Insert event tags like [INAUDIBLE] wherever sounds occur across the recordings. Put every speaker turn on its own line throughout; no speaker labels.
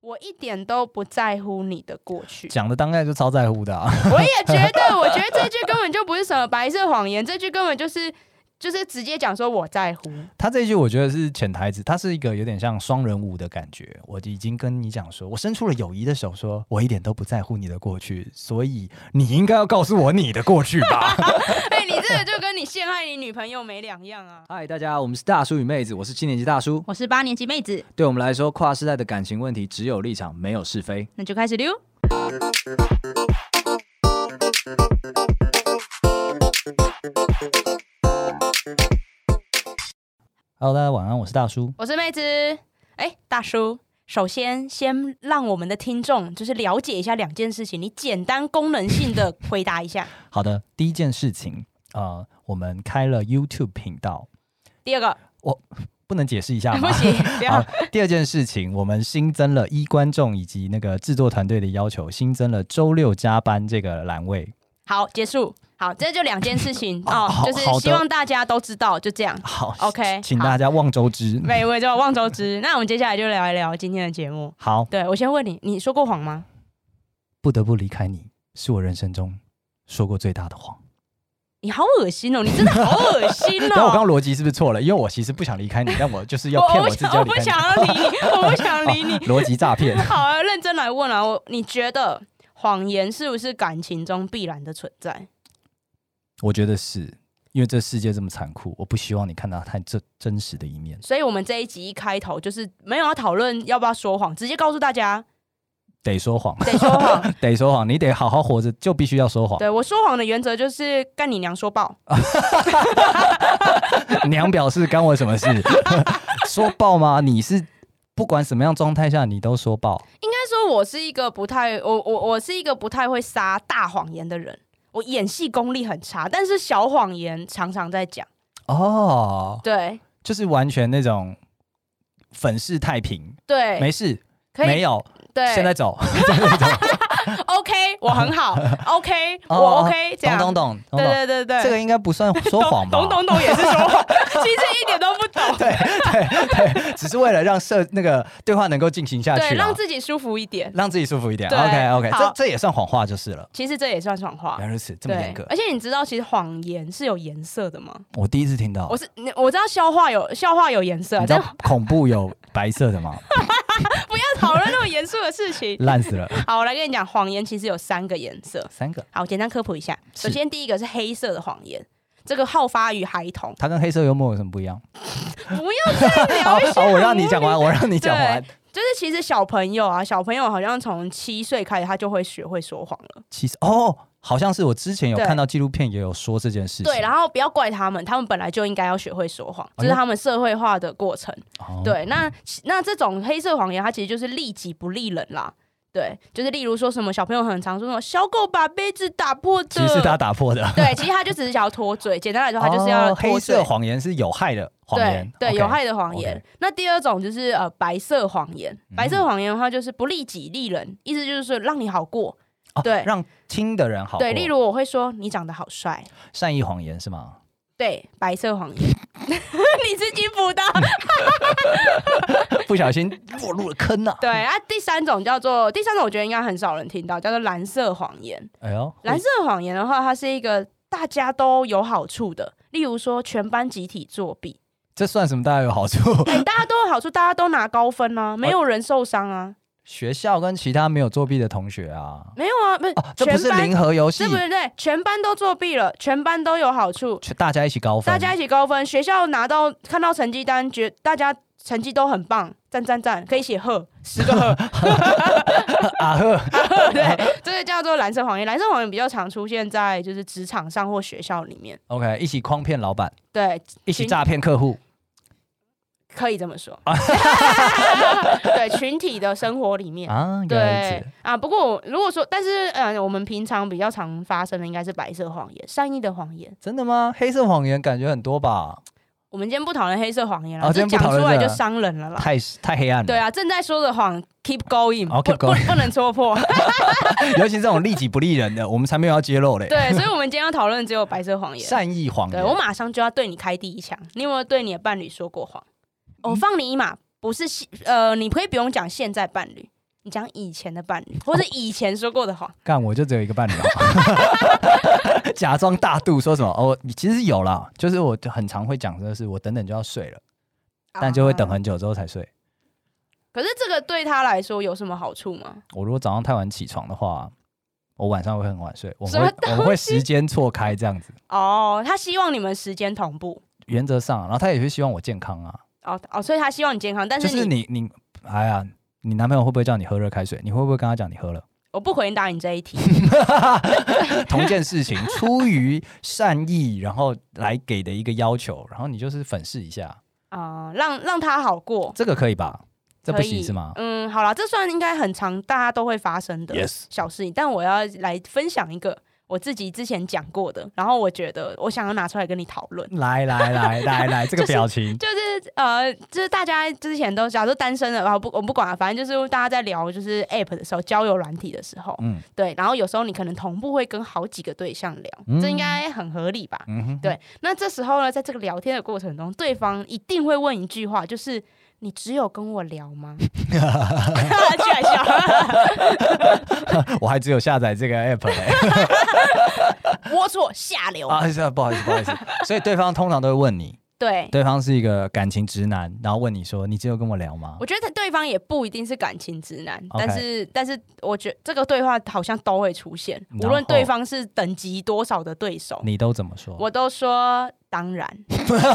我一点都不在乎你的过去。
讲的当然就超在乎的、啊， [LAUGHS]
我也觉得，我觉得这句根本就不是什么白色谎言，这句根本就是就是直接讲说我在乎。
他这一句我觉得是潜台词，他是一个有点像双人舞的感觉。我已经跟你讲说，我伸出了友谊的手说，我一点都不在乎你的过去，所以你应该要告诉我你的过去吧。
哎、你这个就跟你陷害你女朋友没两样啊！
[LAUGHS] 嗨，大家，我们是大叔与妹子，我是七年级大叔。
我是八年级妹子，
对我们来说，跨世代的感情问题只有立场，没有是非。
那就开始溜。
Hello，大家晚安，我是大叔。
我是妹子，哎、大叔。首先，先让我们的听众就是了解一下两件事情，你简单功能性的回答一下。
好的，第一件事情，呃，我们开了 YouTube 频道，
第二个，
不能解释一下
[LAUGHS] 不
吗？
行，
[LAUGHS]
不要
好，第二件事情，我们新增了依观众以及那个制作团队的要求，新增了周六加班这个栏位。
好，结束。好，这就两件
[LAUGHS]
事情
啊
哦，
好
就是
好的
希望大家都知道，就这样。
好
OK，
请
好
大家望周知。
每位就望周知。 [LAUGHS] 那我们接下来就聊一聊今天的节目。
好，
对我先问你，你说过谎吗？
不得不离开你，是我人生中说过最大的谎。
你好恶心哦，你真的好恶心
然 [LAUGHS] 后我
哦。
刚刚逻辑是不是错了？因为我其实不想离开你，但我就是要
我
骗
我不
自己
想，
要
我
离
不
开
想要理你，我
[LAUGHS]
不想理你。
你。逻辑诈骗。
好啊，认真来问啊，我你觉得谎言是不是感情中必然的存在？
我觉得是因为这世界这么残酷，我不希望你看到太真真实的一面。
所以我们这一集一开头就是没有要讨论要不要说谎，直接告诉大家
得说谎，
得说谎。
[LAUGHS] 得说谎，你得好好活着，就必须要说谎。
对我说谎的原则就是干你娘说爆。
[LAUGHS] 娘表示干我什么事？ [LAUGHS] 说爆吗？你是不管什么样状态下你都说爆，
应该说，我是一个不太，我我我是一个不太会撒大谎言的人，我演戏功力很差，但是小谎言常常在讲。
哦，
对
就是完全那种粉饰太平，
对，
没事，
可
没
以
有，
对，
现在走，
OK，我很好，OK，我
[LAUGHS] 哦
OK，这
懂
样，
懂懂懂
对
懂，
对对对，
这个应该不算说谎吧？
懂懂懂也是说谎， [LAUGHS] 其实一点都不懂，
对对对，只是为了让社那个对话能够进行下去
对，
啊，
让自己舒服一点，
让自己舒服一点。
对
OK OK，
好
这这也算谎话就是了。
其实这也算谎话
原。来如此，这么
对
严格，，
而且你知道，其实谎言是有颜色的吗？
我第一次听到
我。是我知道笑话有笑话有颜色
你，知
但
道恐怖有白色
[LAUGHS]
的吗？
不要讨论那么严肃的事情。
烂死了， [LAUGHS]
好，我来跟你讲，谎言其实有三个颜色。
三个。
好，我简单科普一下。
是。
首先，第一个是黑色的谎言，这个好发于孩童
[LAUGHS] 它跟黑色幽默有什么不一样？
[LAUGHS] 不要再聊
好
一些，
好，我让你讲
[LAUGHS]
完，我让你讲完。
就是其实小朋友啊，小朋友好像从七岁开始，他就会学会说谎了。
其实哦，好像是我之前有
对
看到纪录片也有说这件事情。
对，然后不要怪他们，他们本来就应该要学会说谎，
哎呦
这是他们社会化的过程。
哦，
对，那那这种黑色谎言，它其实就是利己不利人啦。对，就是例如说什么小朋友很常说什么小狗把杯子打破的，
其实他打破的。 [LAUGHS]
对，其实他就只是想要脱嘴。简单来说，他就是要
哦黑
脱嘴。
色谎言是有害的谎
对
言，
对，
OK
有。害的谎言
OK。嗯
那第二种就是呃白色谎言，白色谎言的话就是不利己利人，意思就是说让你好过。
哦
对
让听的人好过。
对，例如我会说你长得好帅，
善意谎言是吗？
对，白色谎言， [LAUGHS] 你自己补
[LAUGHS]
的。
不小
[LAUGHS]
心落入了坑啊！
对啊，第三种叫做第三种，我觉得应该很少人听到，叫做蓝色谎言。
哎呦，
蓝色谎言的话，它是一个大家都有好处的，例如说全班集体作
[COUGHS]
弊，
这算什么？大家有好处？ [LAUGHS]
哎、大家都有好处，大家都拿高分啊，没有人受伤啊，
学校跟其他没有作弊的同学啊，
没有啊，不是
哦，这不是
全班
零和游戏
对，不对？全班都作弊了，全班都有好处，
全大家一起高分，
大家一起高分，学校拿到看到成绩单，觉大家成绩都很棒，赞赞赞，可以写贺十个贺， [LAUGHS]
啊呵，
对，这个叫做蓝色谎言。蓝色谎言比较常出现在就是职场上或学校里面，
OK，一起诓骗老板，
对，
一起诈骗客户，
可以这么说，
啊
[LAUGHS] 对，群体的生活里面。
啊，原来
对
如此。
啊，不过我如果说，但是嗯、呃我们平常比较常发生的应该是白色谎言、善意的谎言。
真的吗？黑色谎言感觉很多吧，
我们今天不讨论黑色谎言
哦
了，这
今天
讲
不讨论
出来
这
就
个
伤人了啦。
太太黑暗了。
啊对，啊，正在说的谎，keep going，
好
不
，keep
不
going
不能戳
[LAUGHS]
破。
尤其这种利己不 [LAUGHS] 利
[LAUGHS]
人的，我们才没有要揭露嘞。
对，所以我们今天要讨论只有白色谎言。
善意谎
对
言，
我马上就要对你开第一枪，你有没有对你的
嗯
伴侣说过谎？我放你一马，不是现呃，你可以不用讲现在伴侣，你讲以前的
哦
伴侣，或者以前说过的话，
[LAUGHS] 干我就只有一个伴侣啊， [LAUGHS] 假装大度说什么哦，你其实有啦，就是我就很常会讲这个事，我等等就要睡了，哦但就会等
啊。
很久之后才睡。
可是这个对他来说有什么好处吗？
我如果早上太晚起床的话，我晚上会很晚睡，我们
什么
会
东西
我们会时间错开这样子，
哦，他希望你们时间同步。
原则上啊、然后他也是希望我健康啊，
哦哦，所以他希望你健康，但
就是是你你哎呀，你男朋友会不会叫你喝热开水？你会不会跟他讲你喝了？
我不回答你这一题。
[LAUGHS] 同一件事情，出于善意，然后来给的一个要求，然后你就是粉饰一下，
啊、让让他好过，
这个可以吧？这不
可
行
以
是吗？
嗯，好啦，这算应该很常大家都会发生的
Yes
小事情，但我要来分享一个我自己之前讲过的，然后我觉得我想要拿出来跟你讨论。
来来来来来，这个
就是
表
[LAUGHS]
情，
就是呃，就是大家之前都假如说单身的，然后不我不管了，啊反正就是大家在聊就是 app 的时候，交友软体的时候，
嗯
对，然后有时候你可能同步会跟好几个对象聊，
嗯
这应该很合理吧？
嗯哼，
对，那这时候呢，在这个聊天的过程中，对方一定会问一句话，就是你只有跟我聊
[LAUGHS]
吗？ [LAUGHS] 居然笑，
我还只有下载这个 app 嘞、
龌龊下流。
[LAUGHS] 啊，是啊，不好意思，不好意思。所以对方通常都会问你，
对，
对方是一个感情直男，然后问你说：“你只有跟我聊吗
我觉得对方也不一定是感情直男
OK
但是但是我觉得这个对话好像都会出现，无
然
论对
后
方是等级多少的对手？”，
你都怎么说？
我都说当
[LAUGHS]
然，不是，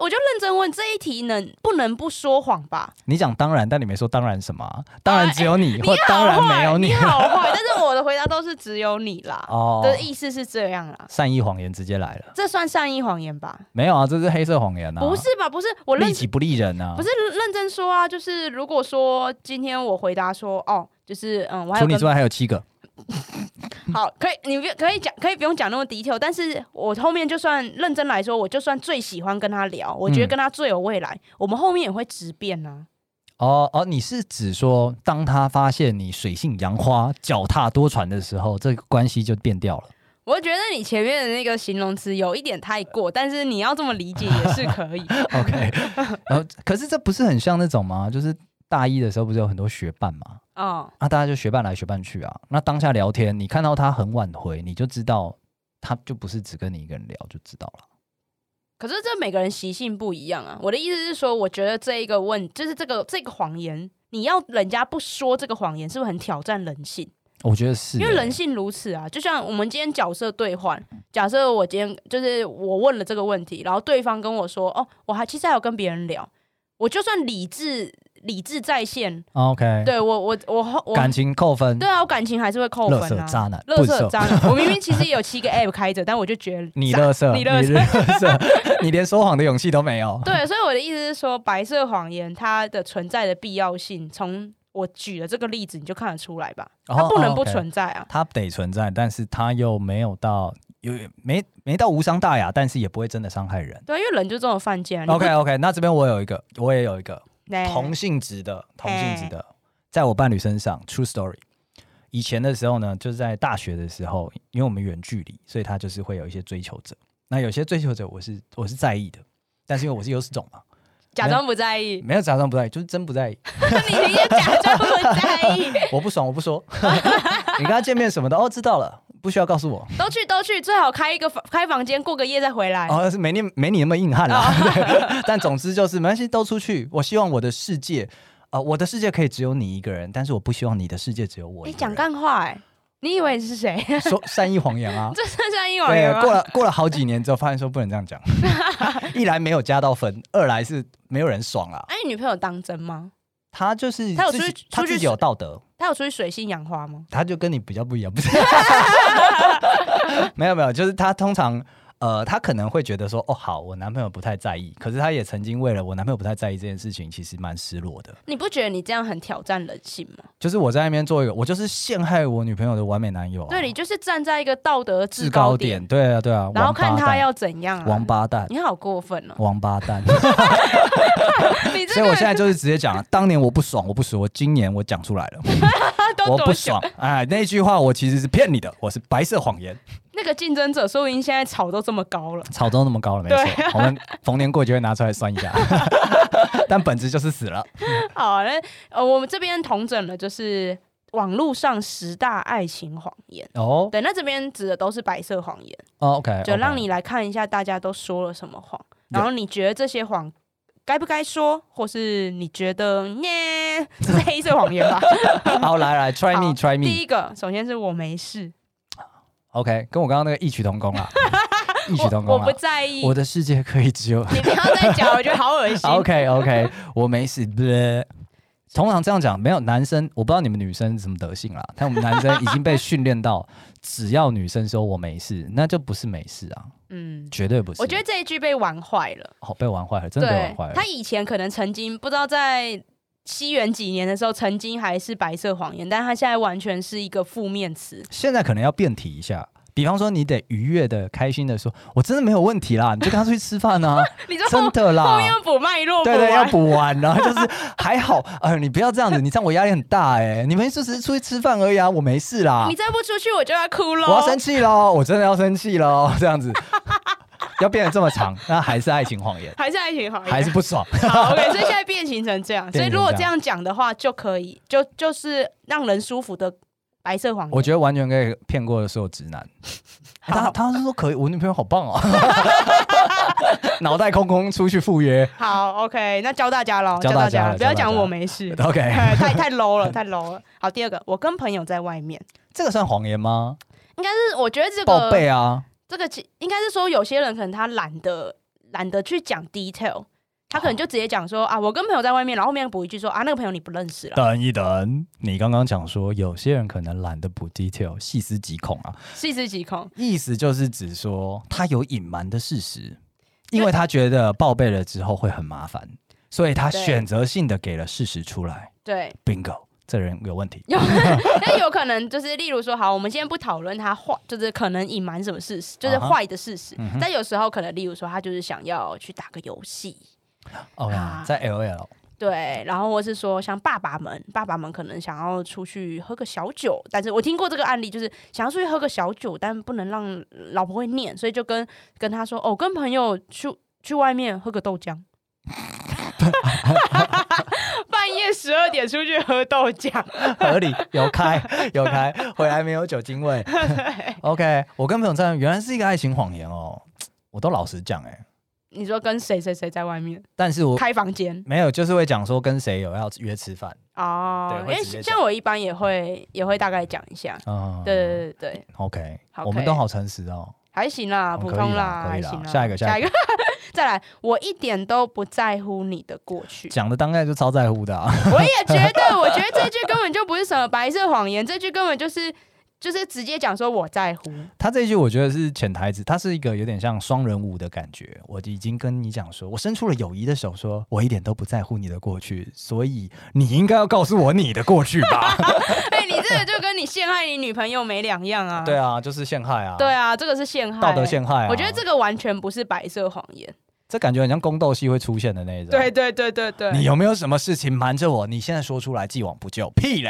我就认真问这一题能不能不说谎吧？
你讲当然，但你没说当然什么啊、当然
啊
只有你，
你
或当然没有
你，
你。
好
[LAUGHS]
坏，但是我的回答都是只有你啦。
哦，
的意思是这样啦，
善意谎言直接来了。
这算善意谎言吧？
没有啊，这是黑色谎言啊，
不是吧？不是，我认
利己不利人啊。
不是认真说啊，就是如果说今天我回答说哦，就是嗯，我还
除
有
你
跟
之外还有七个，
好，可以，你不可以讲，可以不用讲那么 detail，但是我后面就算认真来说，我就算最喜欢跟他聊，我觉得
嗯
跟他最有未来，我们后面也会直变啊。
哦哦，你是指说，当他发现你水性杨花、脚踏多船的时候，这个关系就变掉了。
我觉得你前面的那个形容词有一点太过，但是你要这么理解也是可以。
[LAUGHS]
[LAUGHS]
OK，然后可是这不是很像那种吗？就是大一的时候不是有很多学伴吗？
哦，
啊，大家就学伴来学伴去啊。那当下聊天，你看到他很晚回，你就知道他就不是只跟你一个人聊就知道了。
可是这每个人习性不一样啊。我的意思是说，我觉得这一个问，就是这个这个谎言，你要人家不说这个谎言，是不是很挑战人性？
我觉得是、
因为
欸
人性如此啊，就像我们今天角色兑换，假设我今天就是我问了这个问题，然后对方跟我说：“哦，我还其实还有跟别人聊。”我就算理智理智在线，
OK，
对我我我后我
哎感情扣分，
对啊，我感情还是会扣分
垃
啊
圾。渣男，
乐
笨
色
手
渣
[LAUGHS]
男，我明明其实也有七个 app 开着，但我就觉得
你
渣
乐色，
你垃圾 [LAUGHS]
圾，你连说谎的勇气都没 [LAUGHS] 有。
对，所以我的意思是说，白色谎言它的存在的必要性，从我举的这个例子你就看得出来吧，
哦
它不能
哦
不
，OK
存在啊。
他得存在，但是他又没有到有没没到无伤大雅，但是也不会真的伤害人。
对啊，因为人就这种犯贱啊。你不
OK OK，那这边我有一个，我也有一个
哎
同性质的，同性质的，在我伴侣身上，True Story。以前的时候呢，就是在大学的时候，因为我们远距离，所以他就是会有一些追求者。那有些追求者，我是我是在意的，但是因为我是优势种嘛，
假装不在
[LAUGHS]
意，
没有假装不在意，就是真不在意。
你也假装不在意，
我不爽，我不说。 [LAUGHS] 你跟他见面什么的，哦，知道了，不需要告诉我。
都去都去，最好开一个房开房间过个夜再回来。
哦，是没你没你那么硬汉啦。
哦
[LAUGHS] 对但总之就是没关系，都出去。我希望我的世界，啊，我的世界可以只有你一个人，但是我不希望你的世界只有我一
你
个
讲
人。
干话哎、你以为你是谁？
说善意谎言
[LAUGHS] 。
啊
这算善意谎
对
言，吗？
过了过了好几年之后，发现说不能这样讲。 [LAUGHS] 一来没有加到分，二来是没有人爽啊。
哎、你女朋友当真吗？
他就是
他有
自
出去
己他
出去
自己有道德，
她有出去水性杨花吗？
他就跟你比较不一样，不是？ [LAUGHS] 没有没有，就是他通常呃，他可能会觉得说，哦，好，我男朋友不太在意，可是他也曾经为了我男朋友不太在意这件事情，其实蛮失落的。
你不觉得你这样很挑战人性吗？
就是我在那边做一个，我就是陷害我女朋友的完美男友、啊，
对，你就是站在一个道德制
制
高
高
点，
点，对啊对啊，
然后
王八
看他
蛋
要怎样、啊。
王，八蛋。
你好过分哦！
王八蛋， [LAUGHS]
你这
所以
个 [LAUGHS]
哦我现在就是直接讲，当年我不爽，我不说，我今年我讲出来了，
斗
我
多
不
久？
爽，哎，那句话我其实是骗你的，我是白色谎言。
那个竞争者说不定现在吵都这么高了。
草都那么高了，没
对
错， [LAUGHS] 我们逢年过节会拿出来算一下，但本质就是死了。
好，那呃，我们这边统整了就是网络上十大爱情谎言。
哦
对，那这边指的都是白色谎言，
哦，OK，
就让你来看一下大家都说了什么谎，
对
然后你觉得这些谎该不该说，或是你觉得耶，这是黑色谎
[LAUGHS]
言吧？
[LAUGHS] 好
[LAUGHS]
来来 try
好
me try
第
me，OK，、
一个，首先是我没事，
OK，跟我刚刚那个异曲同
[LAUGHS]
工啦，异曲同
我我
工啦
不。在意
我，的世界可以
[LAUGHS]
只有
你不要再讲，我觉得好
[LAUGHS]
恶心。
OK OK，我没事。bleh 通常这样讲，没有男生，我不知道你们女生是什么德性啦，但我们男生已经被训
[LAUGHS]
练到，只要女生说我没事，那就不是没事啊，
嗯，
绝对不是。
我觉得这一句被玩坏了。
好、被玩坏了，真的被
对
玩坏，了
他。以前可能曾经不知道在西元几年的时候，曾经还是白色谎言，但他现在完全是一个负面词。
现在可能要变体一下。比方说，你得愉悦的、开心的说：“我真的没有问题啦，你就跟他出去吃
[LAUGHS]
饭啊，
你说
真
后
的
后
啦。
面”又补脉络，
对
补
对，
完
要补完，然后 [LAUGHS] 就是还好，呃，你不要这样子，你这样我压力很大哎、你们就只是出去吃饭而已啊，我没事啦
你，再不出去我就要哭喽。
我要生气喽，我真的要生气喽，这样子 [LAUGHS] 要变得这么长，那还是爱情谎
[LAUGHS]
言，
还是爱情好一点，
还是不爽。
好 OK。所以现在变形成这样，所以
变形成
如果
这
这
样
样讲的话，就可以就就是让人舒服的白色谎言。
我觉得完全可以骗过的所有直
[LAUGHS]
男。欸他
好
他是说可以，我女朋友好棒哦， [LAUGHS] 脑袋空空出去赴约。
好 OK，那教大家喽，
教大
大
家
家
了
了，不要
教大
讲
家。
我没事
OK， [LAUGHS]
哎太太 low 了，太 low 了。好，第二个，我跟朋友在外面，
这个算谎言吗？
应该是我觉得这
报
个
备啊，
这个其应该是说有些人可能他懒得懒得去讲 detail，他
哦
可能就直接讲说啊，我跟朋友在外面，然后后面补一句说啊，那个朋友你不认识了，
等一等。你刚刚讲说，有些人可能懒得补 detail，细思极恐啊，
细思极恐。
意思就是指说他有隐瞒的事实，因为他觉得报备了之后会很麻烦，所以他
对
选择性的给了事实出来。
对，
Bingo，这人有问题。
有 [LAUGHS] 那有可能就是例如说，好，我们先不讨论他坏，就是可能隐瞒什么事实，就是
啊哈
坏的事实。
嗯哼
但有时候可能例如说，他就是想要去打个游戏。
哦、
啊
在 L L
对，然后或是说像爸爸们，爸爸们可能想要出去喝个小酒，但是我听过这个案例，就是想要出去喝个小酒，但不能让老婆会念，所以就跟跟他说，哦，跟朋友去去外面喝个豆浆，半夜十二点出去喝豆浆，
合 [LAUGHS] 理有开有开，回来没有酒精 [LAUGHS] 味。OK，我跟朋友在原来是一个爱情谎言哦，我都老实讲哎、
你说跟谁谁谁在外面
但是我
开房间
没有，就是会讲说跟谁有要约吃饭
哦
对，
因
会
为
直接
像我一般也会也会大概讲一下，
啊。
对对对对。
，OK，
好
我们
可以
都好诚实哦。
还行啦，
哦
普
可以
通
啦
啦，
可以
还
啦
行啦。
下一个下
下
一
一个， [LAUGHS] 再来。我一点都不在乎你的过去，
讲的当概就超在乎的、啊， [LAUGHS]
我也觉得，我觉得这句根本就不是什么白色谎言，这句根本就是就是直接讲说我在
[LAUGHS]
乎。
他这一句我觉得是潜台词，他是一个有点像双人舞的感觉。我已经跟你讲说，我伸出了友谊的手说，我一点都不在乎你的过去，所以你应该要告诉我你的过去吧？
[LAUGHS] 哎，你这个就跟你陷害你女朋友没两样啊。
对 [LAUGHS] 啊，就是陷害啊，
对啊，这个是陷害，
道德陷害、啊。
我觉得这个完全不是白色谎言。
这感觉很像宫斗戏会出现的那一种。
对，对对对对，
啊你有没有什么事情瞒着我？你现在说出来，既往不咎，
[LAUGHS]
屁嘞！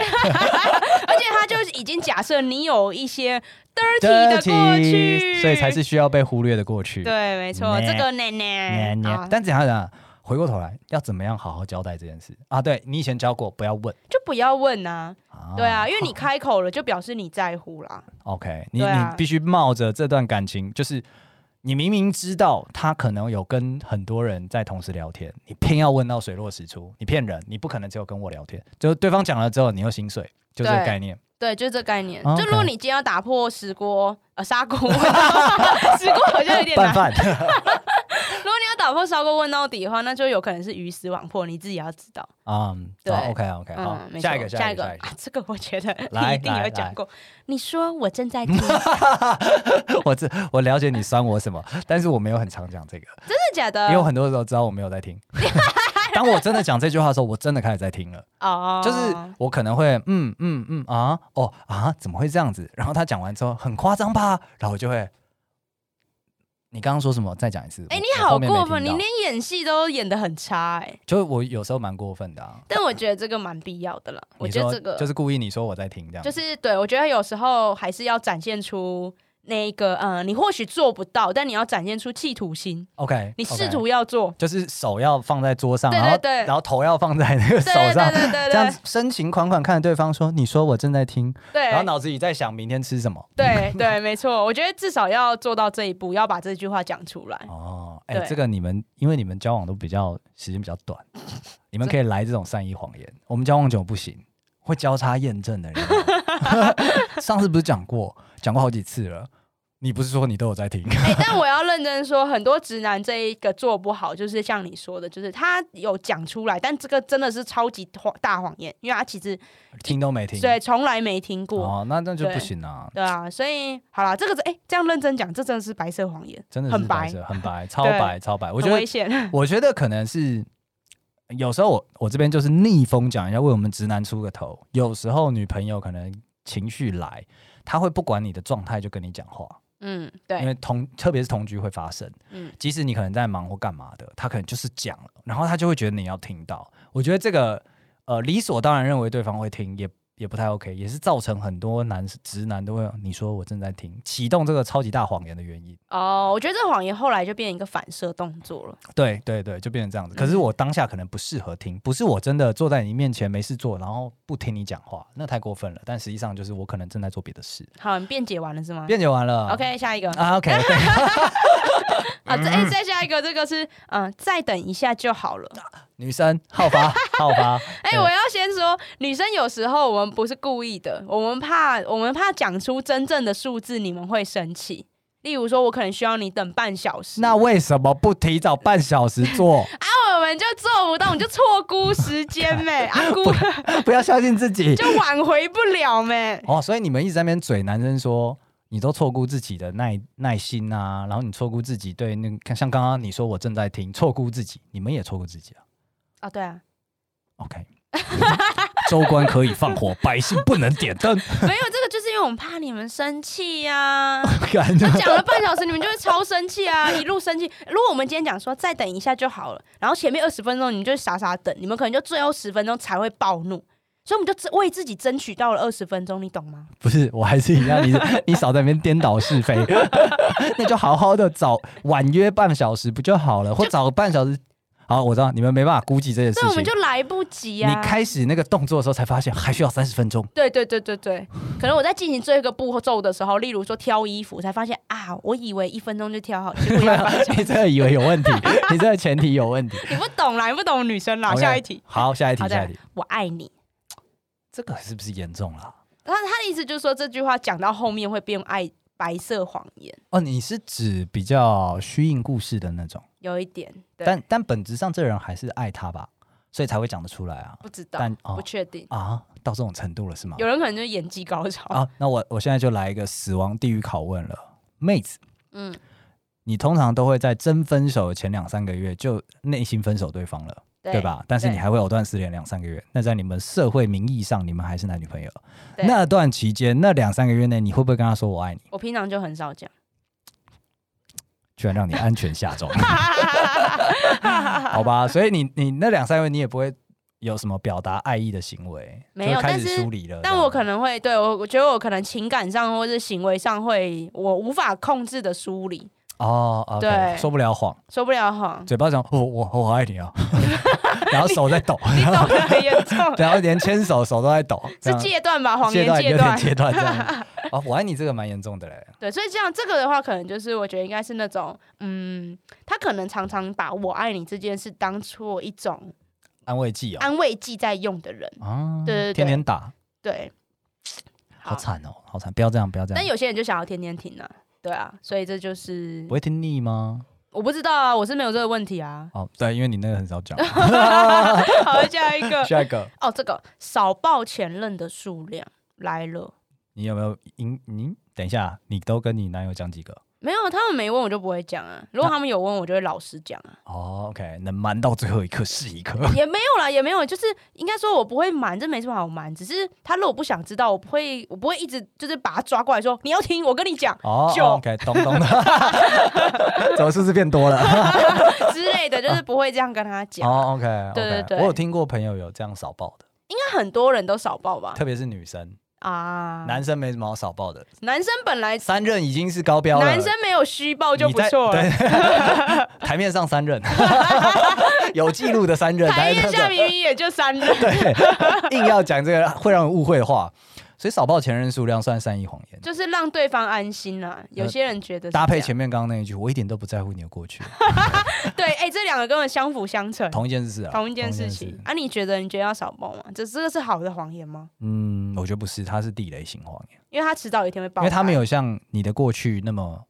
而且他就是已经假设你有一些 dirty 的过
dirty，
去，
所以才是需要被忽略的过去。
对，没错，
呢
这个奶奶
捏捏
啊
但怎样讲？回过头来，要怎么样好好交代这件事啊？对你以前教过，不要问。
就不要问啊。
啊
对啊，因为你开口了，就表示你在乎啦。
OK，你、
对啊
你必须冒着这段感情，就是你明明知道他可能有跟很多人在同时聊天，你偏要问到水落石出，你骗人，你不可能只有跟我聊天。就是对方讲了之后，你又心碎，就这个
对
概念。
[LAUGHS] 对，就是这概念。
哦 OK
就如果你今天要打破石锅，呃，砂
[LAUGHS]
锅， [LAUGHS] 石锅好像有点难。
拌饭
[LAUGHS]
[LAUGHS]
如果你要打破砂锅问到底的话，那就有可能是鱼死网破，你自己要知道。
啊，
对
好，OK OK，好
嗯，，没错
下一个，
下
一个，下一
啊， [LAUGHS] 这个我觉得你
来
一定
来
有
来
讲过。你说我正
[LAUGHS]
在听，真
个。 [LAUGHS] 我这我了解你酸我什么，但是我没有很常讲这个，
的假的
因为？我很多时候知道我没 [LAUGHS] 有
[LAUGHS]
在听。当我真的讲这句话的时候，我真的开始在听了。
哦
就是我可能会嗯嗯嗯啊哦啊怎么会这样子？然后他讲完之后很夸张吧，然后我就会你刚刚说什么？再讲一次。
哎、
我
你
我
好
后面没
过分，你
听到
连演戏都演得很差哎、
就我有时候蛮过分的啊。
但我觉得这个蛮必要的啦，我
你
觉得
说
这个
就是故意你说我在听这样，
就是对我觉得有时候还是要展现出那一个，嗯、你或许做不到，但你要展现出企图心，
OK，
你
OK
试图要做。
就是手要放在桌上，
对对对
然后然后头要放在那个手
对对
上，
对对
这样
对
子深情款款看着对方说：“你说我正在听。”然后
对
脑子里在想明天吃什么。
对对，没错，我觉得至少要做到这一步，要把这句话讲出来。
哦，哎、
对
这个你们因为你们交往都比较时间比较短，你们可以来这种善意谎言。我们交往久不行，会交叉验证的人。哦 [LAUGHS] 上次不是讲过，讲过好几次了。你不是说你都有在听？
哎、但我要认真说，很多直男这一个做不好，就是像你说的，就是他有讲出来，但这个真的是超级谎大谎言，因为他其实
听都没听。
对从来没听过。
哦，那那就
对
不行啊，
对啊，所以好啦，这个是哎、这样认真讲，这真的是白色谎言，
真的是
很白
白色，很白，超
[LAUGHS] 对
白，超白。我
很
觉得
危险。 [LAUGHS]
我觉得可能是有时候我我这边就是逆风讲一下，为我们直男出个头。有时候女朋友可能情绪来，她会不管你的状态就跟你讲话，
嗯，
因
对，
为同特别是同居会发生。
嗯，
即使你可能在忙或干嘛的，她可能就是讲了，然后她就会觉得你要听到。我觉得这个呃理所当然认为对方会听也。也不太 OK，也是造成很多男直男都会你说我正在听，启动这个超级大谎言的原因。
哦，我觉得这谎言后来就变成一个反射动作了。
对对对，就变成这样
嗯
子。可是我当下可能不适合听，不是我真的坐在你面前没事做，然后不听你讲话，那太过分了。但实际上就是我可能正在做别的事。
好，你辩解完了是吗
辩解完了
啊？OK，下一个啊，
啊，OK，对
再、哎再下一个，这个是嗯、再等一下就好了。
[LAUGHS] 女生好发好发，
哎、
对
我要先说，女生有时候我们不是故意的，我们怕我们怕讲出真正的数字，你们会生气。例如说，我可能需要你等半小时，
那为什么不提早半小时做？
那我们就做不到，你就错估时间
[LAUGHS]
呗，啊估
[LAUGHS] 不要相信自己
就挽回不了呗。
[LAUGHS] 哦。所以你们一直在那边嘴男生说。你都错估自己的耐耐心啊，然后你错估自己对那个，像刚刚你说我正在听，错估自己，你们也错估自己啊。
啊，对啊，
OK，州官可以放火，百姓不能点灯。 [LAUGHS]
没有这个，就是因为我们怕你们生气
[LAUGHS]
呀、
感觉
那讲了半小时，你们就会超生气啊， [LAUGHS] 一路生气。如果我们今天讲说再等一下就好了，然后前面二十分钟你们就傻傻等，你们可能就最后十分钟才会暴怒，所以我们就只为自己争取到了二十分钟，你懂吗？
不是，我还是一样，你 [LAUGHS] 你少在那边颠倒是非， [LAUGHS] 那就好好的早晚约半小时不就好了，或早半小时。好，我知道你们没办法估计这件事
所以我
情
们就。来不及
你
啊。
开始那个动作的时候，才发现还需要三十
[LAUGHS]
分钟。
对对对对对，可能我在进行这个步骤的时候，例如说挑衣服，才发现啊，我以为一分钟就挑好，结果要 [LAUGHS] 半小时
你这个以为有问题，你这个前提有问题。
你不懂啦，你不懂女生啦。
OK，
下一题，
好，下一题
好，
下
的
一题，，
[LAUGHS] 我爱你。
这个是不是严重了？
他他的意思就是说，这句话讲到后面会变爱白色谎言，
哦，你是指比较虚应故事的那种，
有一点，对，
但但本质上这人还是爱他吧，所以才会讲得出来啊。
不知道，
但哦
不确定。
啊，到这种程度了是吗？
有人可能就演技高超，
啊，那我我现在就来一个死亡地狱拷问了，妹子，
嗯，
你通常都会在真分手的前两三个月就内心分手对方了，对？吧？但是你
对
还会藕断丝连两三个月，那在你们社会名义上，你们还是男女朋友。
对
那段期间，那两三个月内，你会不会跟他说我爱你，
我平常就很少讲，
居然让你安
[LAUGHS]
全下装？好吧，所以你你那两三个月，你也不会有什么表达爱意的行为，
没
就会
有
开
但
始
是
疏离了这样。
但我可能会对我，我觉得我可能情感上或是行为上会，我无法控制的疏离，
哦，OK，
对
说不了谎，
受不了
[LAUGHS]
哈，
嘴巴讲我我我好爱
[LAUGHS]
你啊，然后手在抖，，
你懂得很严重
[LAUGHS] 然后连牵手手都在抖，这
是
样
戒断吧？谎
戒
言
断
戒
有点
断，
戒断
[LAUGHS]
这样。哦，我爱你这个蛮严重的嘞。
对，所以这样这个的话，可能就是我觉得应该是那种，嗯，他可能常常把我爱你这件事当做一种
安慰剂哦，
安慰剂在用的人，
啊，
对对对
天天打，
对。
好惨哦，好惨，不要这样，不要这
但
样。
有些人就想要天天听啊，对啊，所以这就是
不会听腻吗？。
我不知道啊，我是没有这个问题啊 [LAUGHS]
哦，对，因为你那个很少 [LAUGHS] 讲。
好，下一个
下一个，
哦，这个少报前任的数量来了，
你有没有？你你等一下，你都跟你男友讲几个？
没有，他们没问我就不会讲啊。如果他们有问，我就会老实讲啊。
哦，OK，能瞒到最后一刻是一刻。
也没有啦，也没有，就是应该说我不会瞒，这没什么好瞒。只是他如果不想知道，我不会，我不会一直就是把他抓过来说你要听，我跟你 [LAUGHS] 讲
哦
就
，OK，懂懂 [LAUGHS] 的，怎么是不是变多了？
[LAUGHS] 之类的，就是不会这样跟他讲。 [LAUGHS]
哦，OK，, o k
对对对
我有听过朋友有这样少报的，
应该很多人都少报吧？
特别是女生，
啊，
男生没什么好少报的，
男生本来
三任已经是高标了，
男生没有虚报就
你
不
在
错了，
对 [LAUGHS] 台面上三
[LAUGHS]
任，[LAUGHS] 有记录的三任，
台面下
上
明明也就三人。
对，硬要讲这个会让人误会的话，所以少报前任数量算善意谎言。
就是让对方安心啦、有些人觉得是
搭配
这样，
前面刚刚那一句，我一点都不在乎你的过去，
对，哎、这两个根本相辅相成，
同一件事啊，
同一件事情。啊，你觉得你觉得要少报吗？这这个是好的谎言吗？
嗯，我觉得不是，它是地雷型谎言，
因为他迟早有一天会爆
因
开，
为它没有像你的过去那么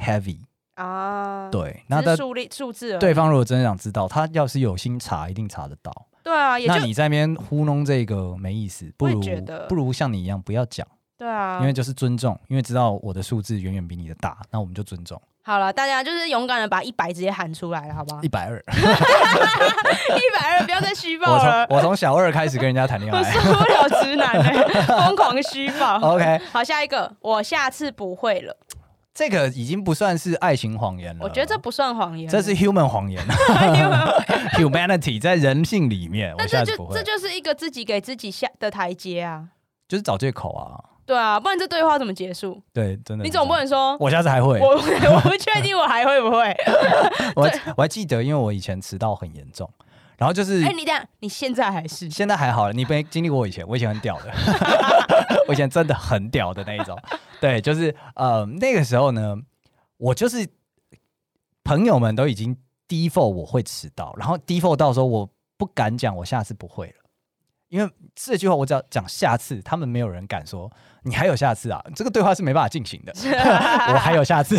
heavy。
啊，，
对，那
那是呃
在
数列数字而已，
对方如果真的想知道，他要是有心查，一定查得到。
对啊，也就
那你在那边糊弄这个没意思，不
我也
如
觉得
不如像你一样不要讲。
对啊，
因为就是尊重，因为知道我的数字远远比你的大，那我们就尊重
好了，大家就是勇敢的把一百直接喊出来了，好不好？
一百二。
一百二不要再虚报
我
了，
从我从小二开始跟人家谈恋
我受 [LAUGHS] 不
爱。
了直男欸
[LAUGHS]
疯狂虚报。
OK，
好，下一个，我下次不会了。
这个已经不算是爱情谎言了，
我觉得这不算谎言，
嗯这是 human 谎言啊 [LAUGHS] ，humanity 在人性里面，我
但
下
这
次不
就这
会，
就是一个自己给自己下的台阶啊，
就是找借口啊。
对啊，不然这对话怎么结束？
对，真的是这样。
你总不能说
我下次还会，
我我 [LAUGHS] 不确定我还会不会？
我还我还记得，因为我以前迟到很严重，然后就是
哎，你等下，你现在还是
现在还好了，你没经历过我以前，我以前很屌的，我以前真的很屌的那一种。对，就是呃那个时候呢，我就是朋友们都已经 default 我会迟到，然后 default 到时候我不敢讲我下次不会了。因为这句话我只要讲下次，他们没有人敢说你还有下次啊，这个对话是没办法进行的。我还有下次，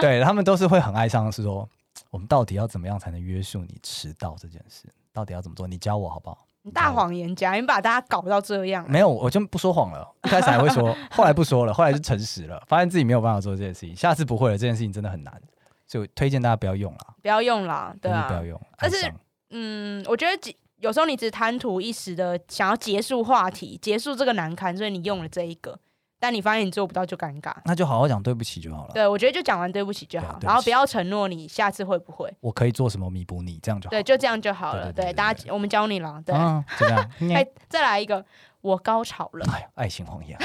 对他们都是会很爱上是说，我们到底要怎么样才能约束你迟到这件事？到底要怎么做？你教我好不好？
你大谎言家，你把大家搞到这样，
没有，我就不说谎了。一开始还会
[LAUGHS]
说，后来不说了，后来就诚实了，发现自己没有办法做这件事情，下次不会了。这件事情真的很难，所以我推荐大家不要用啦，
不要用啦，对
真的
啊
不，要用。
但是
爱上
嗯，我觉得几有时候你只贪图一时的想要结束话题，结束这个难堪，所以你用了这一个，但你发现你做不到就尴尬。
那就好好讲对不起就好了。
对，我觉得就讲完对不起就好
啊对，对
然后不
不起
要承诺你下次会不会，
我可以做什么弥补你？这样就好。
对，就这样就好了。
对对对
对，
对
大
对
家我们教你了，对。
嗯，就这样。
[LAUGHS] 哎、
哎，
再来一个，我高潮了。
哎呀爱情谎言，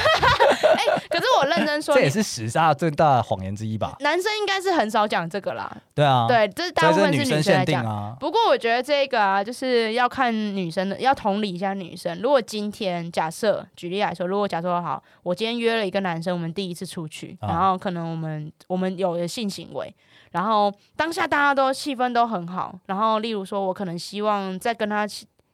可是我认 [LAUGHS] 真说
[LAUGHS] 这
你，
也是史上最大的谎言之一吧？
男生应该是很少讲这个啦。
对啊，，
对，这是大部
所以
分
这
是
女
女生
限
来
定
讲。
啊。
不过我觉得这个啊，就是要看女生的，要同理一下女生。如果今天假设举例来说，如果假设好，我今天约了一个男生，我们第一次出去，
啊
然后可能我们我们有了性行为，然后当下大家都气氛都很好，然后例如说我可能希望再跟他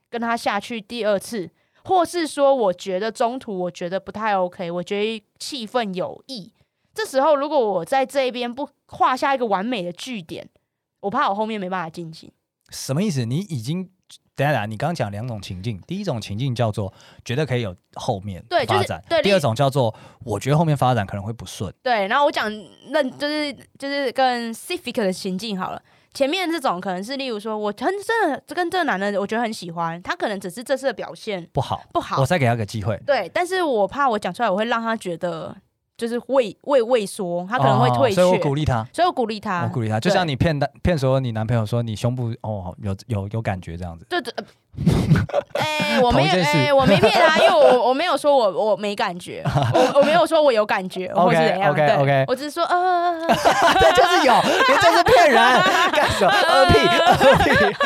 跟他下去第二次，或是说我觉得中途我觉得不太 OK，我觉得气氛有异。这时候如果我在这边不画下一个完美的句点，我怕我后面没办法进行。
什么意思？你已经等一下等一下，你刚刚讲两种情境，第一种情境叫做觉得可以有后面
对就是
发展，
对
第
例
二种叫做我觉得后面发展可能会不顺。
对，然后我讲认就是就是更 specific 的情境好了。前面这种可能是例如说，我很真的跟这个男的，我觉得很喜欢，他可能只是这次的表现
不好，
不好
我，再给他个机会。
对，但是我怕我讲出来，我会让他觉得就是畏畏畏缩，他可能会退却，
哦所以我鼓励他，
所以我鼓励他，
我鼓励他，就
对
像你骗他骗所有你男朋友说你胸部哦有有有感觉
[LAUGHS]
这样子，
对对，
[LAUGHS]
呃哎、我没有，
同一件事
哎、我没骗他，因为我我没有说我我没感觉，我我没有说我有感
[LAUGHS]
觉或是怎样
OK，OK，
对
OK
我只是说呃，呃
啊对，就是有，你就是
[LAUGHS]
骗人，干什么？二屁二屁，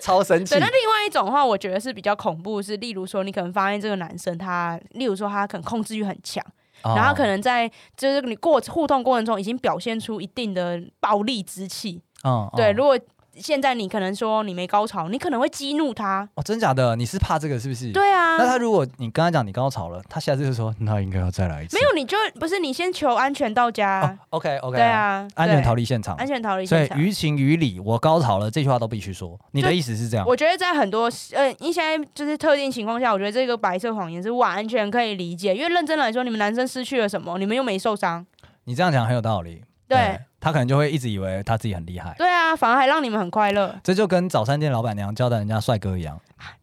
超神奇
对。那另外一种的话，我觉得是比较恐怖，是例如说你可能发现这个男生他，例如说他可能控制欲很强，
哦
然后可能在就是你过互动过程中已经表现出一定的暴力之气，
哦，嗯，
对，
嗯
如果现在你可能说你没高潮，你可能会激怒他。
哦，真假的，你是怕这个是不是？。
对啊，
那他如果你跟他讲你高潮了，他下次就说那应该要再来一次。
没有你就不是你先求安全到家，
OK OK，
对，啊，
哦安全逃
离，
离现场
安。全逃离
所
现
以
场。
于情于理，我高潮了，这句话都必须说。你的
对
意思是这样？
我觉得在很多呃，你现在就是特定情况下，我觉得这个白色谎言是完全可以理解，因为认真来说，你们男生失去了什么？你们又没受伤，
你这样讲很有道理。
对
他可能就会一直以为他自己很厉害，
对啊，反而还让你们很快乐。
这就跟早餐店老板娘交代人家帅哥一样，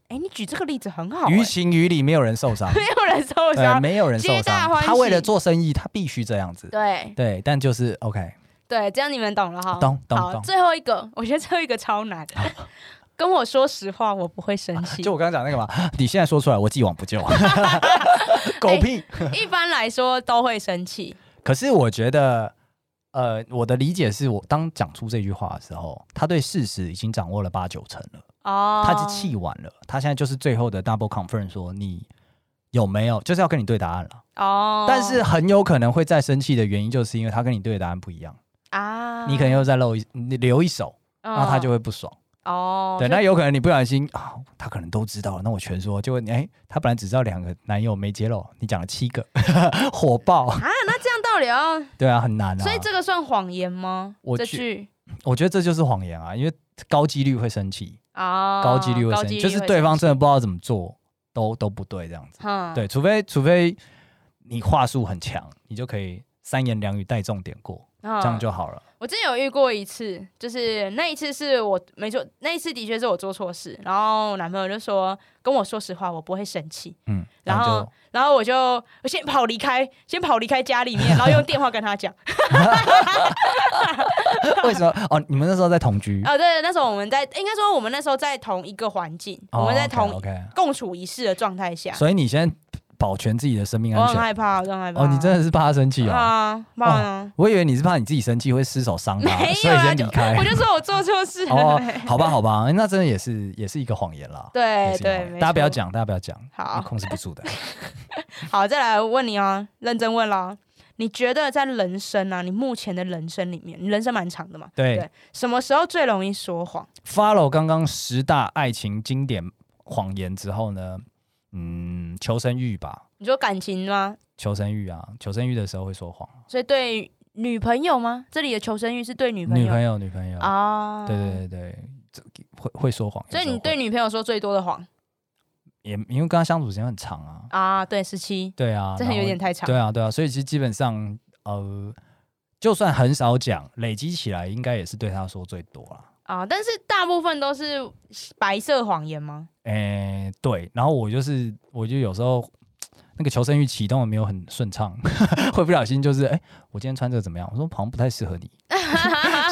哎、你举这个例子很好、[LAUGHS]
于
欸，，
情于理，没有人受
[LAUGHS]
伤
没有人受
呃，
伤。
没有人受
皆大
伤。
欢喜
他为了做生意，他必须这样子。
对
对，但就是 OK，
对，这样你们懂了哈。
懂懂
好，
懂。
最后一个，我觉得最后一个超难。跟我说实话，我不会生气。
啊就我刚刚讲那个嘛， [LAUGHS] 你现在说出来，我既往
[LAUGHS]
不 [LAUGHS] 咎，
哎
狗屁。
一般来说都会生气。
可是我觉得，呃，我的理解是我当讲出这句话的时候，他对事实已经掌握了八九成了，
哦，
他已经气完了，他现在就是最后的 double confirm 说你有没有，就是要跟你对答案了。
哦，
但是很有可能会再生气的原因，就是因为他跟你对的答案不一样，
啊，
你可能又再漏一你留一手，
嗯，
那他就会不爽。
哦，
对，
所
那
以
有可能你不小心啊，他可能都知道了，那我全说，结果你哎，他本来只知道两个男友没揭露，你讲了七个， [LAUGHS] 火爆。
啊，那这样到底要，
对啊，很难啊。
所以这个算谎言吗？
我
这
觉
句
我觉得这就是谎言啊，因为高几率会生气，
啊，
高几率会生气，就是对方真的不知道怎么做，都都不对这样子。
哼，
对，除非除非你话术很强，你就可以三言两语带重点过，
这
这样就好了。
我之前有遇过一次，就是那一次是我没错，那一次的确是我做错事，然后我男朋友就说跟我说实话，我不会生气，
嗯，
然
这样
后
就
然后我就我先跑离开，先跑离开家里面，然后用电话跟他讲。
嗯 [LAUGHS] 为什么？哦，你们那时候在同居？
啊，对，那时候我们在应该说我们那时候在同一个环境， [LAUGHS] 我
哦
们在同
o k
共处一室的状态下，
所以你先保全自己的生命
我
安
很
全。
害怕，我很害怕。
哦，你真的是怕他生气哦。
啊，怕啊，
我以为你是怕你自己生气会失手伤
[LAUGHS] 没
他，所
有
以
啊，
先
就
离开
我。就说我做错事
哦
了。， [LAUGHS]
好吧，好吧，哎那真的也是也是一个谎言啦。也
对
是一个谎
哎对
言，
没
大家不要
错。
讲，大家不要讲，
好
你控制不
[LAUGHS]
住的。
好，再来问你哦，认真问啦。你觉得在人生啊，你目前的人生里面，你人生蛮长的嘛，
对
对什么时候最容易说谎？
，follow 刚刚十大爱情经典谎言之后呢，嗯，求生欲吧，
你说感情吗？
求生欲啊，求生欲的时候会说谎，
所以对女朋友吗？这里的求生欲是对女朋
女
友
朋友，女朋友，
啊？
对对对对，这会会说谎，
所以
有时候
你
会
对女朋友说最多的谎
也因为跟他相处时间很长啊，
啊？对，十七，
对啊，
这很
然
有
后
点太长。
对啊，对啊，所以其实基本上，呃，就算很少讲，累积起来应该也是对他说最多啦。
啊，但是大部分都是白色谎言吗？
诶，对，然后我就是，我就有时候那个求生欲启动的没有很顺畅， [LAUGHS] 会不小心就是，哎，我今天穿这个怎么样？我说好像不太适合你，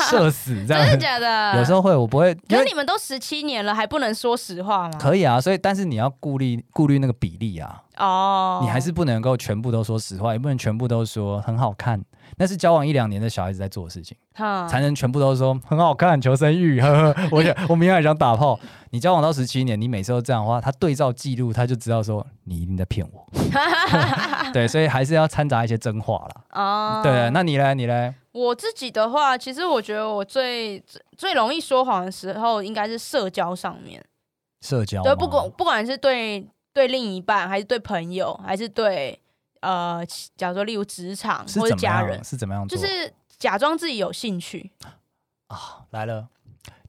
社死 [LAUGHS] 这
啊真的
样。
假的？
有时候会，我不会，因
可
为
是你们都十七年了，还不能说实话吗？
可以啊，所以但是你要顾虑顾虑那个比例啊，
哦，
你还是不能够全部都说实话，也不能全部都说很好看，那是交往一两年的小孩子在做的事情。
哼
才能全部都说很好看，求生欲，呵呵， [LAUGHS] 我也我明天还想打炮。你交往到十七年，你每次都这样的话，他对照记录，他就知道说你一定在骗我。
[LAUGHS]
对，所以还是要掺杂一些真话啦。
哦，
对，啊那你嘞，你嘞，
我自己的话，其实我觉得我最最最容易说谎的时候，应该是社交上面。
社交
对，
吗
不管不管是对对另一半，还是对朋友，还是对呃，其假如说例如职场
是
或者
怎么
家
样
人，
是怎么样
就
做？
是假装自己有兴趣。
啊，来了，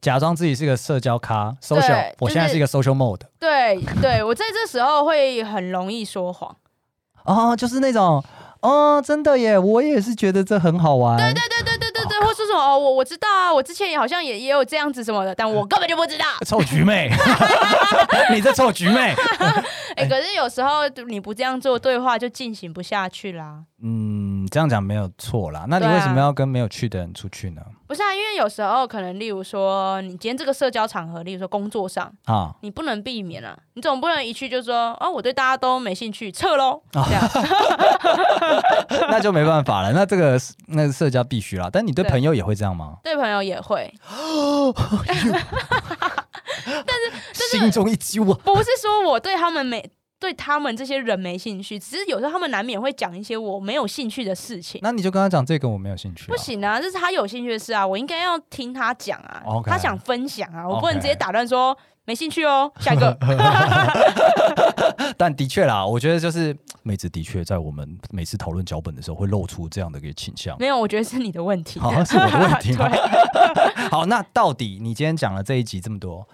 假装自己是个社交咖，social，
就
我
是
现在是一个 social mode。
对对，我在这时候会很容易说谎。
哦，就是那种，哦，真的耶，我也是觉得这很好玩。对对
对对对对对，或说什么哦，我我知道啊，我之前也好像也也有这样子什么的，
[LAUGHS]
但我根本就不知道。
臭菊妹， [LAUGHS] 你这臭菊妹。
哎、可是有时候你不这样做，对话就进行不下去啦。
嗯，这样讲没有错啦。那你
对啊
为什么要跟没有去的人出去呢？
不是啊，因为有时候可能，例如说，你今天这个社交场合，例如说工作上，
啊， [LAUGHS]
你不能避免啊，你总不能一去就说，哦，我对大家都没兴趣，撤喽，
啊
这样
那就没办法了。那 [LAUGHS] 这个是那个社交必须啦。但你对
对
朋友也会这样吗？
对朋友也会，
心中一揪啊。
不是说我对他们没对他们这些人没兴趣，只是有时候他们难免会讲一些我没有兴趣的事情。
那你就跟他讲这个我没有兴趣、啊。
不，行啊，这是他有兴趣的事啊，我应该要听他讲啊
哦 OK
他想分享啊，我不
OK
能直接打断说没兴趣哦，下一个
[LAUGHS] 但的确啦，我觉得就是妹子的确在我们每次讨论脚本的时候会露出这样的一个倾向。
没有，我觉得是你的问题。
好、哦是我的问
[LAUGHS]
题吗？
对，
[LAUGHS] 好，那到底你今天讲了这一集这么多，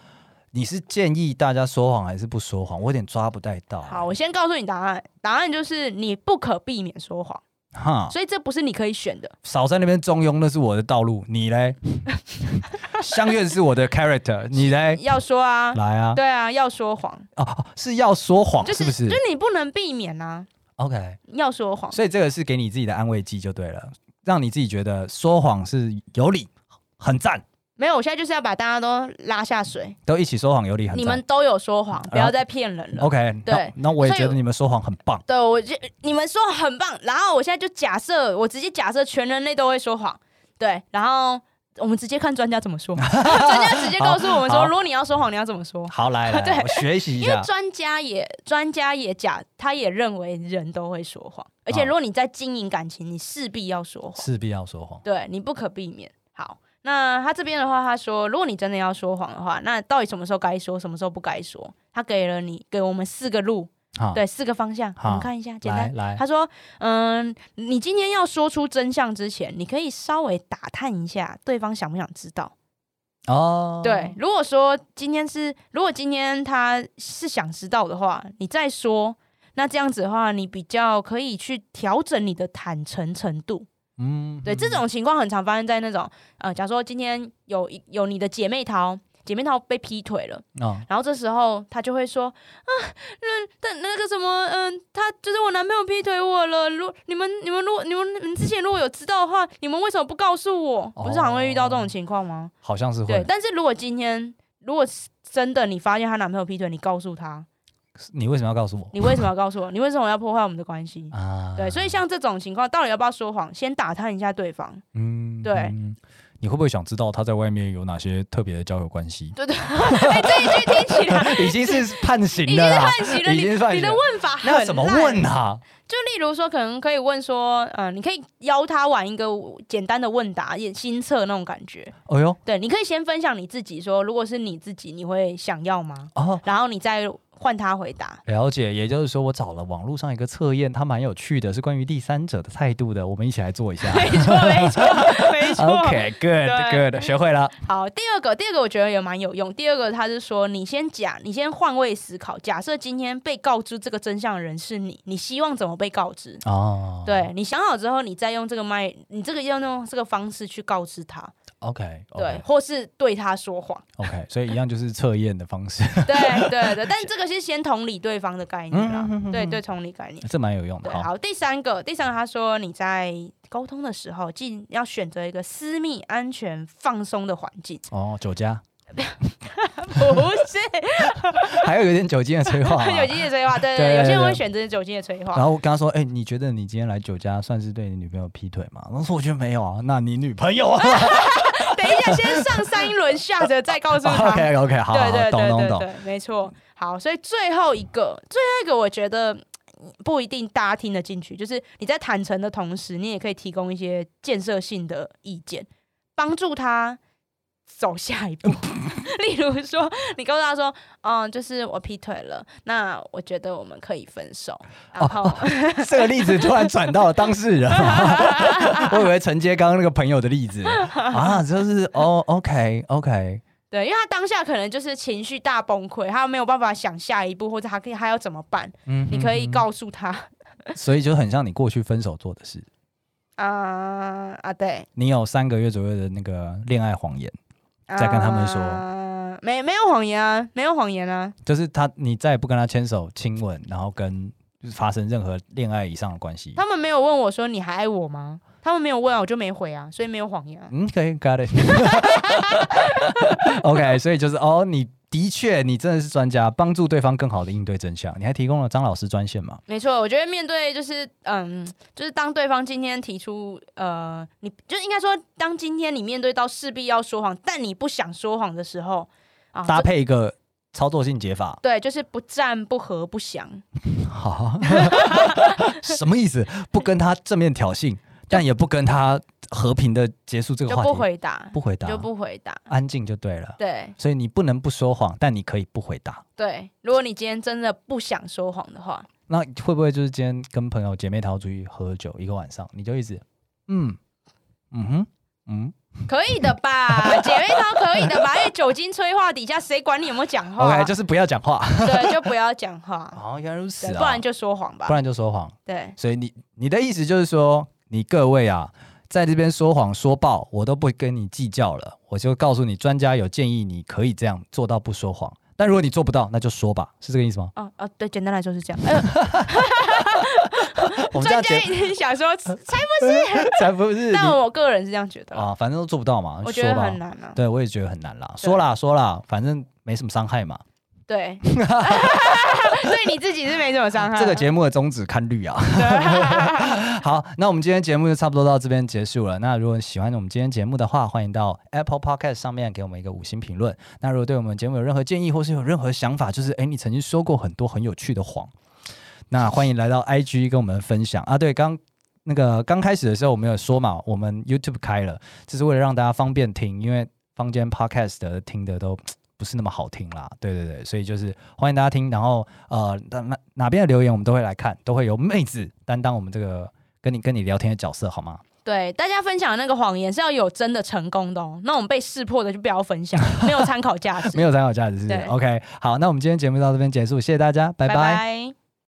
你是建议大家说谎还是不说谎？我有点抓不太到。啊
好，我先告诉你答案，答案就是你不可避免说谎。
哈，
所以这不是你可以选的。
少在那边中庸，那是我的道路，
[LAUGHS]
你嘞？相怨是我的 character，你嘞？
要说啊，
哎来啊，
对啊，要说谎，
哦哦，是要说谎、
就是
不是、
就是哦你不能避免啊，
o k
要说谎。
所以这个是给你自己的安慰剂就对了，让你自己觉得说谎是有理，很赞，
没有，我现在就是要把大家都拉下水，
都一起说谎有理，很赞。啊哦
你们都有说谎，不要再骗人了。
OK，
对
那那我也
所以
觉得你们说谎很棒。
对，我就你们说很棒，然后我现在就假设，我直接假设全人类都会说谎，对，然后我们直接看专家怎么说，专家直接告诉我们
好
说，如果你要说谎，你要怎么说？
好，
[LAUGHS]
来
对
来，我学习一
因为
下。
专家也专家也假，他也认为人都会说谎，而且
啊
如果你在经营感情，你势必要说谎，
势必要说谎，
对你不可避免。好，那他这边的话，他说，如果你真的要说谎的话，那到底什么时候该说，什么时候不该说？他给了你给我们四个路，
好，
对，四个方向，我
好
们看一下，简
来
单。
来，
他说：“嗯，你今天要说出真相之前，你可以稍微打探一下对方想不想知道。
哦，
对，，如果说今天是，如果今天他是想知道的话，你再说。那这样子的话，你比较可以去调整你的坦诚程度。
嗯
对，这种情况很常发生在那种，呃，假如说今天有一有你的姐妹淘，呃姐妹淘被劈腿了。”
哦，
然后这时候他就会说啊，那但那个什么，嗯、他就是我男朋友劈腿我了。如你们你们如果你们你们之前如果有知道的话，你们为什么不告诉我？
哦
不是常会遇到这种情况吗？
好像是
对
会，。
但是如果今天如果是真的你发现她男朋友劈腿，你告诉她，
你为什么要告诉我
你为什么要告诉我？你为什么要破坏我们的关系？
啊？
对，所以像这种情况，到底要不要说谎？先打探一下对方。
嗯
对？
嗯你会不会想知道他在外面有哪些特别的交友关
[LAUGHS]
系
对对，哎、这一句听起来
已经是判刑
已经
的
是
啦，
判刑了，
已
你
经是判
你
刑
的
了。
问法
那
很
怎么
烂
问啊？
就例如说，可能可以问说，嗯、你可以邀他玩一个简单的问答，也新测那种感觉。
哎呦，
对，你可以先分享你自己说，如果是你自己，你会想要吗？
哦，
然后你再换他回答。 [LAUGHS]
了解，也就是说，我找了网络上一个测验，它蛮有趣的，是关于第三者的态度的，我们一起来做一下。
没错，没错，没
[LAUGHS]
错。对
OK，good，good，、学会了。
好，第二个，第二个我觉得也蛮有用。第二个，他是说，你先假，你先换位思考，假设今天被告知这个真相的人是你，你希望怎么被告知？
哦，
对你想好之后，你再用这个脉，你这个要用这个方式去告知他，
，OK，
对，或是对他说
[LAUGHS]
谎。
，OK，所以一样就是测验的方式， [LAUGHS]
对对对，但这个是先同理对方的概念
[LAUGHS]
啦，
嗯
对对，同理概念。
这蛮有用的。
对，
好，
好，第三个，第三个，他说你在沟通的时候，尽要选择一个私密、安全、放松的环
[LAUGHS]
境，
哦，酒家，
不是
还有有点酒精的催化啊、
[LAUGHS] 酒精的催化，对对
对
对，有
对
些人
对
会选择酒精的催
然
化，
后我跟他说：“哎、你觉得你今天来酒家算是对你女朋友劈腿吗？”他说：“我觉得没有啊。”那你女朋
[LAUGHS]
友啊
等一下先上三轮下着再告诉他。
[LAUGHS] ？OK OK，好好
对
好，
对
懂
对
懂
对
懂。
对，没错。好，所以最后一个，最后一个，我觉得嗯不一定大家听得进去，就是你在坦诚的同时，你也可以提供一些建设性的意见，帮助他走下
[LAUGHS]
一步。 [LAUGHS] 例如说，你告诉他说，嗯，就是我劈腿了，那我觉得我们可以分手，
哦
然后、
这个例子突然转到了当事人，
[LAUGHS]
啊 [LAUGHS] 我以为承接刚刚那个朋友的例子啊，就是哦，OK OK，
对，因为他当下可能就是情绪大崩溃，他没有办法想下一步，或者他可以他要怎么办，
嗯
你可以，告诉他，
所以就很像你过去分手做的事。
啊、啊，对，
你有三个月左右的那个恋爱谎言，再跟他们说
啊没没有谎言啊，没有谎言啊，
就是他你再也不跟他牵手、亲吻，然后跟就是发生任何恋爱以上的关系。
他们没有问我说你还爱我吗？他们没有问啊，我就没回啊，所以没有谎言啊。
嗯，可以，got it 。OK，所以就是哦，你的确，你真的是专家，帮助对方更好的应对真相。你还提供了张老师专线嘛？
没错，我觉得面对就是嗯，就是当对方今天提出呃，你就应该说，当今天你面对到势必要说谎，但你不想说谎的时候啊，
搭
这
配一个操作性解法，
对，就是不战不和不降，
好， [LAUGHS] 什么意思？不跟他正面挑衅，但也不跟他和平的结束这个
就
话题，
不回答，
不回答，
就不回答。
安静就对了。
对
所以你不能不说谎，但你可以不回答。
对，如果你今天真的不想说谎的话，
那会不会就是今天跟朋友姐妹淘出去喝酒一个晚上，你就一直嗯嗯哼嗯
可以的吧？姐妹淘可以的吧？因为酒精催化底下，谁管你有没有讲话？
OK，就是不要讲话。
对，就不要讲话，
啊哦，原来如
对
此，啊！
不然就说谎吧
不。然就说谎。
对，？
所以你你的意思就是说，你各位啊，在这边说谎说爆，我都不跟你计较了，我就告诉你，专家有建议，你可以这样做到不说谎。但如果你做不到，那就说吧，是这个意思吗
哦哦，对，简单来说是这样。哎呦
[LAUGHS] 我们这
专家
样解
一定想说，
才
[LAUGHS]
不是你
但我个人是这样觉得啦，
[LAUGHS] 啊，反正都做不到嘛，
我觉
说
得
吧
很。难啊。
对，我也觉得很难啦，说啦说啦，反正没什么伤害嘛。
对，
[LAUGHS]
[LAUGHS] 对你自己是没什么伤害。
这个节目的宗旨看绿啊。 [LAUGHS] 好，那我们今天节目就差不多到这边结束了。那如果喜欢我们今天节目的话，欢迎到 Apple Podcast 上面给我们一个五星评论。那如果对我们节目有任何建议，或是有任何想法，就是哎诶，你曾经说过很多很有趣的谎，那欢迎来到 IG 跟我们分享啊。对，刚。那个刚开始的时候，我们有说嘛，我们 YouTube 开了，这是为了让大家方便听，因为坊间 Podcast 的听的都不是那么好听啦。对对对，所以就是欢迎大家听，然后呃，哪哪哪边的留言我们都会来看，都会有妹子担当我们这个跟你跟你聊天的角色，好吗？
对大家分享的那个谎言是要有真的成功的哦，那种被识破的就不要分享，没有参考价值。
[LAUGHS] 没有参考价值是不是
对
？OK，好，那我们今天节目到这边结束，谢谢大家，拜拜
拜